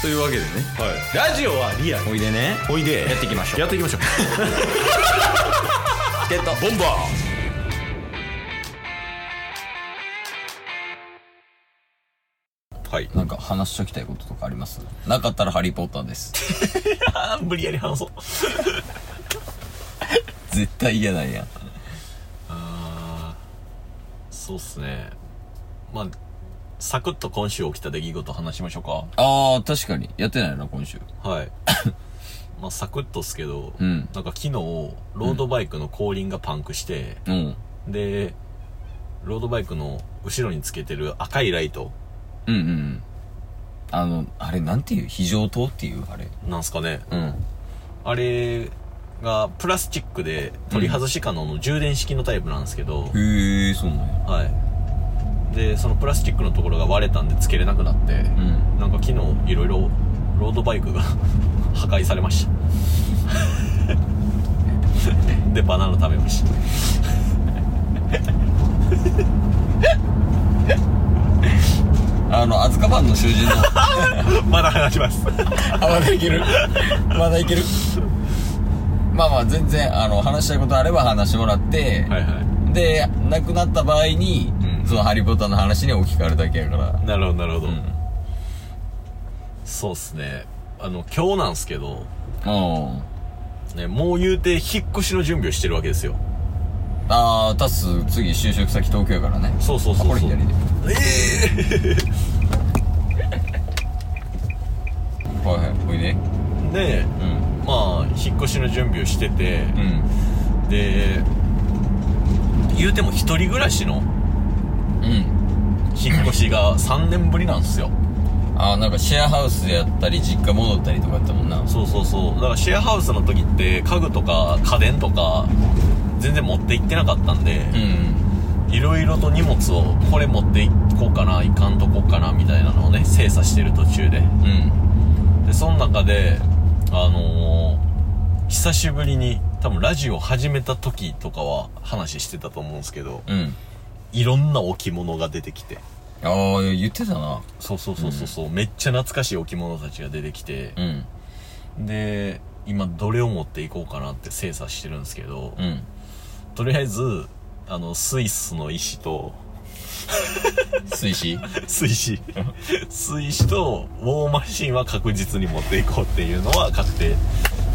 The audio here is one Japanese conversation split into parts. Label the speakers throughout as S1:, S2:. S1: というわけでね
S2: はい、ラジオはリアル
S1: おいでね
S2: おいで
S1: やっていきましょう
S2: やっていきましょう
S1: ゲット
S2: ボンバ
S1: ーはいなんか話しときたいこととかありますなかったら「ハリー・ポッター」です
S2: ー無理やり話そう
S1: 絶対嫌なんや
S2: あーそうっすねまあサクッと今週起きた出来事話しましょう
S1: あー確かにやってないな今週
S2: かはい まあサクッとっすけど、
S1: うん
S2: なんか昨日ロードバイクの後輪がパンクして、
S1: うん
S2: でロードバイクの後ろにつけてる赤いライト
S1: うんうんうんあのあれなんていう非常灯っていうあれ
S2: なんすかね
S1: うん
S2: あれがプラスチックで取り外し可能の充電式のタイプなんですけど、
S1: へえそうなんや
S2: はいでそのプラスチックのところが割れたんでつけれなくなって、
S1: うん
S2: なんか昨日いろいろロードバイクが 破壊されました でバナナ食べました
S1: あのアズカバンの囚人の
S2: まだ話します
S1: あまだいけるまだいけるまあまあ全然あの話したいことあれば話してもらって、
S2: はいは
S1: で亡くなった場合に、
S2: うん
S1: その「ハリー・ポッター」の話に置き換えるだけやから
S2: いなるほどなるほど、
S1: うん
S2: そうっすねあの今日なんすけど、
S1: うん
S2: ね、もう言うて引っ越しの準備をしてるわけですよ
S1: ああタス次就職先東京やからね
S2: そうそう
S1: あ
S2: そう
S1: これ
S2: そう
S1: 左で
S2: ええ
S1: はいはいおいで
S2: で
S1: うん
S2: まあ引っ越しの準備をしてて、
S1: うん
S2: で言うても一人暮らしの
S1: うん
S2: 引っ越しが3年ぶりなんですよ
S1: ああなんかシェアハウスでやったり実家戻ったりとかやったもんな
S2: そうそうそうだからシェアハウスの時って家具とか家電とか全然持って行ってなかったんで
S1: うん
S2: いろいろと荷物をこれ持って行こうかないかんとこうかなみたいなのをね精査してる途中で
S1: うん
S2: でその中であのー久しぶりに多分ラジオ始めた時とかは話してたと思うんですけど
S1: うん
S2: いろんな置物が出てきて
S1: ああ言ってたな
S2: そうそうそうそうそう、めっちゃ懐かしい置物たちが出てきて、
S1: うん
S2: で今どれを持っていこうかなって精査してるんですけど、
S1: うん
S2: とりあえずあのスイスの石と
S1: 水死
S2: 水石水石とウォーマシンは確実に持っていこうっていうのは確定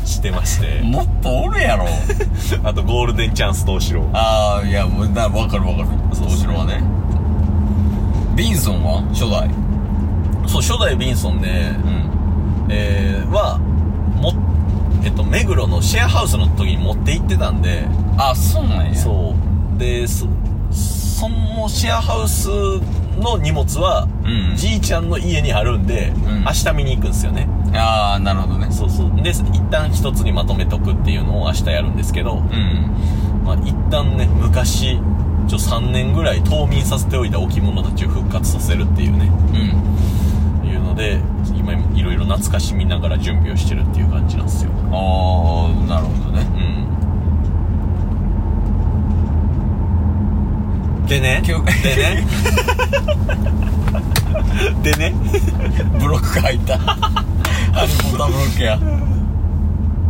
S2: してまして
S1: もっとおるやろ
S2: あとゴールデンチャンス投資郎
S1: ああいやもうな分かる分かる
S2: そう
S1: しろはねビンソンは初代
S2: そう初代ビンソンね、
S1: うん
S2: えー、はもえっと目黒のシェアハウスの時に持って行ってたんで
S1: あそうなんや
S2: そうでそそのシェアハウスの荷物は、
S1: うん
S2: じいちゃんの家にあるんで、
S1: ん
S2: 明日見に行くんですよね
S1: ああなるほどね
S2: そうそうで一旦一つにまとめとくっていうのを明日やるんですけど、
S1: うん
S2: まあ、一旦ね昔ちょ3年ぐらい冬眠させておいた置物たちを復活させるっていうね
S1: うん
S2: いうので今いろいろ懐かしみながら準備をしてるっていう感じなんですよ
S1: ああなるほどね
S2: うんでね
S1: 記憶
S2: で ねでね
S1: ブロックが入った。ハリーポッターブロックや。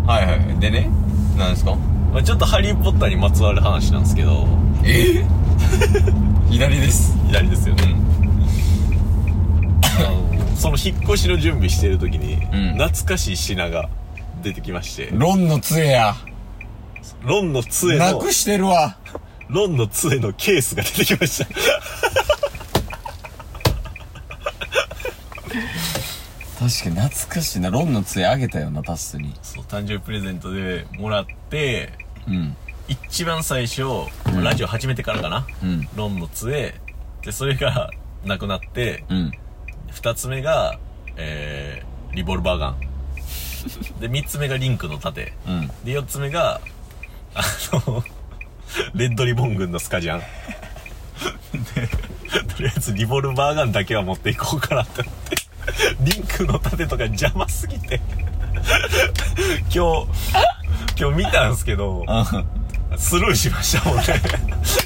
S1: はいはい。でね、何ですか
S2: まあちょっと「ハリー・ポッター」にまつわる話なんですけど
S1: え左です。
S2: 左ですよ
S1: う
S2: ね
S1: ん。
S2: あのその引っ越しの準備してる時に、
S1: ん
S2: 懐かしい品が出てきまして
S1: ロンの杖や。
S2: ロンの杖
S1: な
S2: の
S1: くしてるわ。
S2: ロンの杖のケースが出てきました
S1: 確かに懐かしいな。ロンの杖あげたよな、タスに。
S2: そう誕生日プレゼントでもらって
S1: うん。
S2: 一番最初、ラジオ始めてからかな、
S1: うん。
S2: ロンの杖でそれが なくなって
S1: うん。
S2: 二つ目が、えー、リボルバーガンで三つ目がリンクの盾
S1: うん。
S2: で四つ目があの レッドリボン軍のスカジャンでとりあえずリボルバーガンだけは持っていこうかなって思ってリンクの盾とか邪魔すぎて今日今日見たんすけど
S1: あ
S2: スルーしましたもんね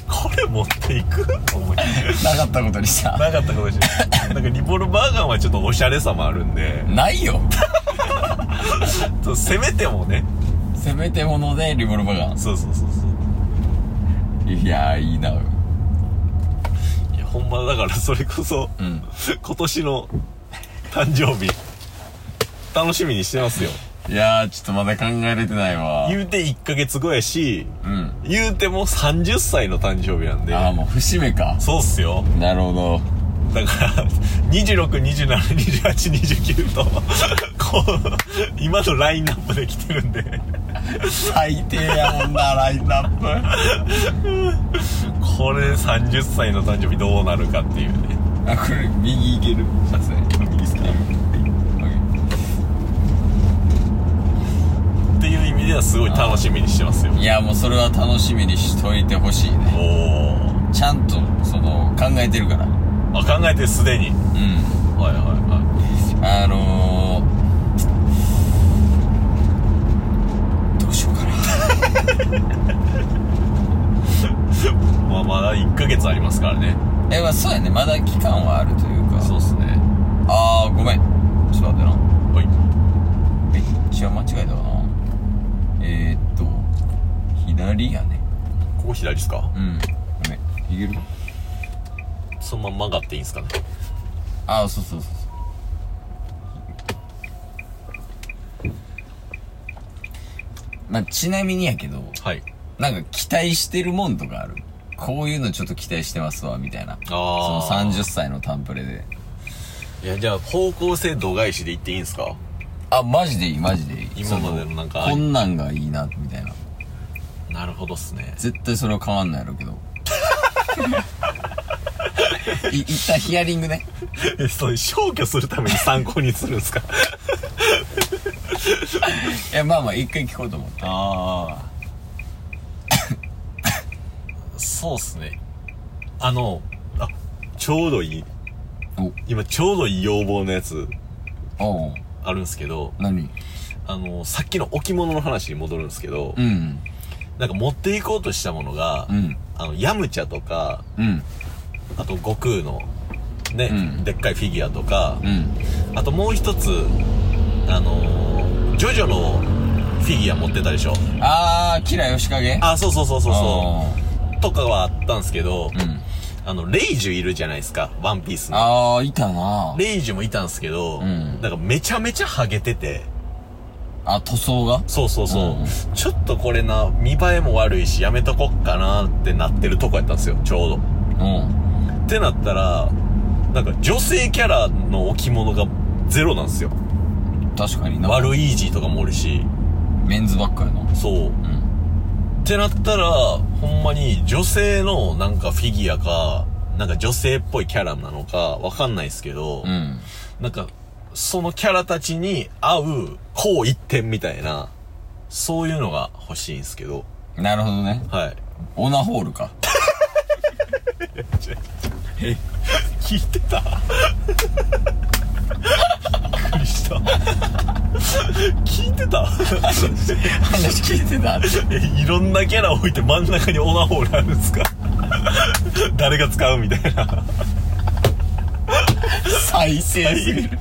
S2: ここれ持っていくと思って
S1: なかったことにした
S2: なかったかもしれないなんかリボルバーガンはちょっとおしゃれさもあるんで
S1: ないよ
S2: ちょっとせめてもね
S1: せめてものでリボルバーガ
S2: そうそうそうそ
S1: ンいやーいいなう
S2: ういやほんまだからそれこそ
S1: ん
S2: 今年の誕生日楽しみにしてますよ
S1: いやーちょっとまだ考えれてないわ
S2: 言うて1ヶ月後やし
S1: うん
S2: 言うてもう30歳の誕生日なんで
S1: ああもう節目か
S2: そうっすよ
S1: なるほど
S2: だから26272829とこう今のラインナップで来てるんで
S1: 最低やもんなラインナ ッ
S2: これ30歳の誕生日どうなるかっていうね
S1: プあこれ右いけるシャツね右好き
S2: っていう意味ではすごい楽しみにしてますよ
S1: いやもうそれは楽しみにしといてほしいね
S2: おお
S1: ちゃんとその考えてるからうん
S2: あ考えてすでにはいは
S1: あのー、どうしようかない
S2: はいまあまだ1ヶ月ありますからね
S1: えまあそうやねまだ期間はあるというか
S2: そうっすね
S1: ああごめんちょっと待ってな
S2: はい
S1: え違う間違えたかなえー、っと左やね
S2: ここ左ですか
S1: うんごめんいける
S2: そのまま曲がっていいんすかね
S1: ああそうそうそうそうまあ、ちなみにやけど
S2: はい
S1: なんか期待してるもんとかあるこういうのちょっと期待してますわみたいなその
S2: ああ
S1: 30歳のタンプレで
S2: いやじゃあ方向性度外視で言っていいんすか
S1: あマジでいいマジでいい
S2: 今までのなんか
S1: そこんなんがいいなみたいな
S2: なるほどっすね
S1: 絶対それは変わんないやろうけどい一旦ヒアリングね
S2: え それ消去するために参考にするんですか
S1: いやまあまあ一回聞こうと思って
S2: ああそうっすねあのあちょうどいい今ちょうどいい要望のやつ
S1: おおう
S2: あるんですけど
S1: 何
S2: あのさっきの置物の話に戻るんですけど、
S1: うん
S2: なんか持っていこうとしたものが、
S1: うん
S2: あのヤムチャとか
S1: うん
S2: あと悟空のね、
S1: うん
S2: でっかいフィギュアとか
S1: う、ん
S2: あともう一つあのージョジョのフィギュア持ってたでしょ
S1: ああキラヨシカゲ
S2: あそうそうそうそうそう
S1: あ
S2: とかはあったんすけど、
S1: ーうん
S2: あの、レイジュいるじゃないですか、ワンピースの。
S1: ああいたな
S2: レイジュもいたんすけど、
S1: うん
S2: なんかめちゃめちゃハゲてて、
S1: あ塗装が
S2: そうそうそう、
S1: うん
S2: ちょっとこれな、見栄えも悪いし、やめとこっかなってなってるとこやったんですよ、ちょうど。
S1: うん
S2: ってなったら、なんか女性キャラの置物がゼロなんですよ。
S1: 確かにな
S2: 悪イージーとかもおるし、
S1: メンズばっかやな
S2: そう。
S1: うん
S2: ってなったら、ほんまに女性のなんかフィギュアか、なんか女性っぽいキャラなのか、わかんないですけど、
S1: うん
S2: なんか、そのキャラたちに合う、こう一点みたいな、そういうのが欲しいんですけど、
S1: なるほどね
S2: はい。
S1: オナホールか
S2: 聞いてたびっくりした。聞いてた
S1: 話聞いてた
S2: えいろんなキャラ置いて真ん中にオナホールあるんですか誰が使うみたいな。
S1: 再生すぎる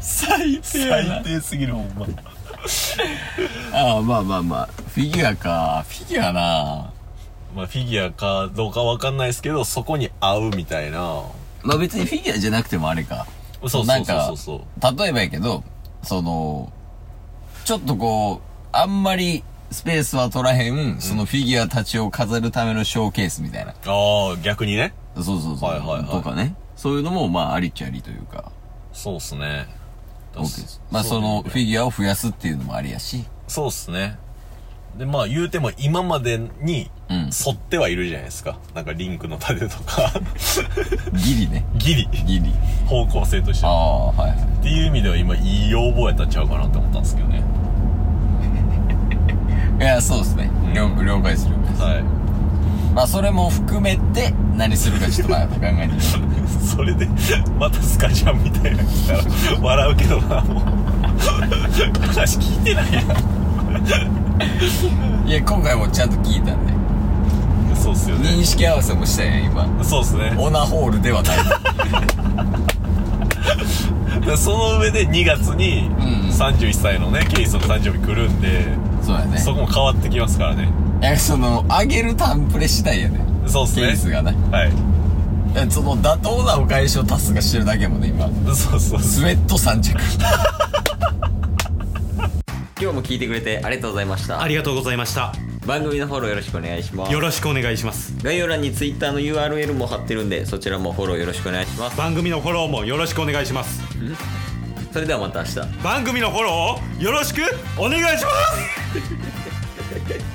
S1: 最低やな
S2: 最低すぎる、ほんま。
S1: ああまあまあまあフィギュアかフィギュアな
S2: まあ、フィギュアかどうかわかんないですけど、そこに合うみたいな。
S1: まあ別にフィギュアじゃなくてもあれか
S2: そうそうそうそう。
S1: 例えばやけどそのちょっとこうあんまりスペースは取らへんそのフィギュアたちを飾るためのショーケースみたいな
S2: ああ、逆にね。
S1: そうそうそう、
S2: はいはいはい
S1: とかねそういうのもまあありっちゃありというか
S2: そうっすね。
S1: OK ですまあそのフ
S2: ィ
S1: ィギュアを増やすっていうのもありや し
S2: そうっすね。で、まあ言うても今までに
S1: うん
S2: 沿ってはいるじゃないですか。なんかリンクの盾とか、
S1: ギリね
S2: ギリ、
S1: ギリ
S2: 方向性として
S1: あ
S2: は。
S1: あはいはい
S2: っていう意味では今いい要望やったんちゃうかなって思ったんですけどね。
S1: いやそうですね、
S2: ん
S1: 了了解する
S2: は
S1: まあそれも含めて何するかちょっとまあ考えてみ よ
S2: い。 それで、またスカジャンみたいなの来たら笑うけどな、もう。話聞いてないやん。
S1: ういや今回もちゃんと聞いたんで
S2: そうっすよ
S1: 認
S2: ね
S1: 識合わせもしたやん、今。
S2: そうっすね
S1: オナホールでは ない。
S2: でその上で2月に
S1: んうん
S2: 31歳のねケイスの誕生日来るんで
S1: そうやね。
S2: そこも変わってきますからね
S1: いや、その、上げるタンプレ次第やね。
S2: そうっす
S1: ケー
S2: ね
S1: スがね。
S2: はい
S1: いやその、妥当なお返しをタスがしてるだけもね、今。
S2: そうそう
S1: スウェット3着。
S3: 今日も聞いてくれてありがとうございました
S4: ありがとうございました
S3: 番組のフォローよろしくお願いします
S4: よろしくお願いします
S3: 概要欄に Twitter の URL も貼ってるんでそちらもフォローよろしくお願いします
S4: 番組のフォローもよろしくお願いします
S3: それではまた明日
S4: 番組のフォローをよろしくお願いします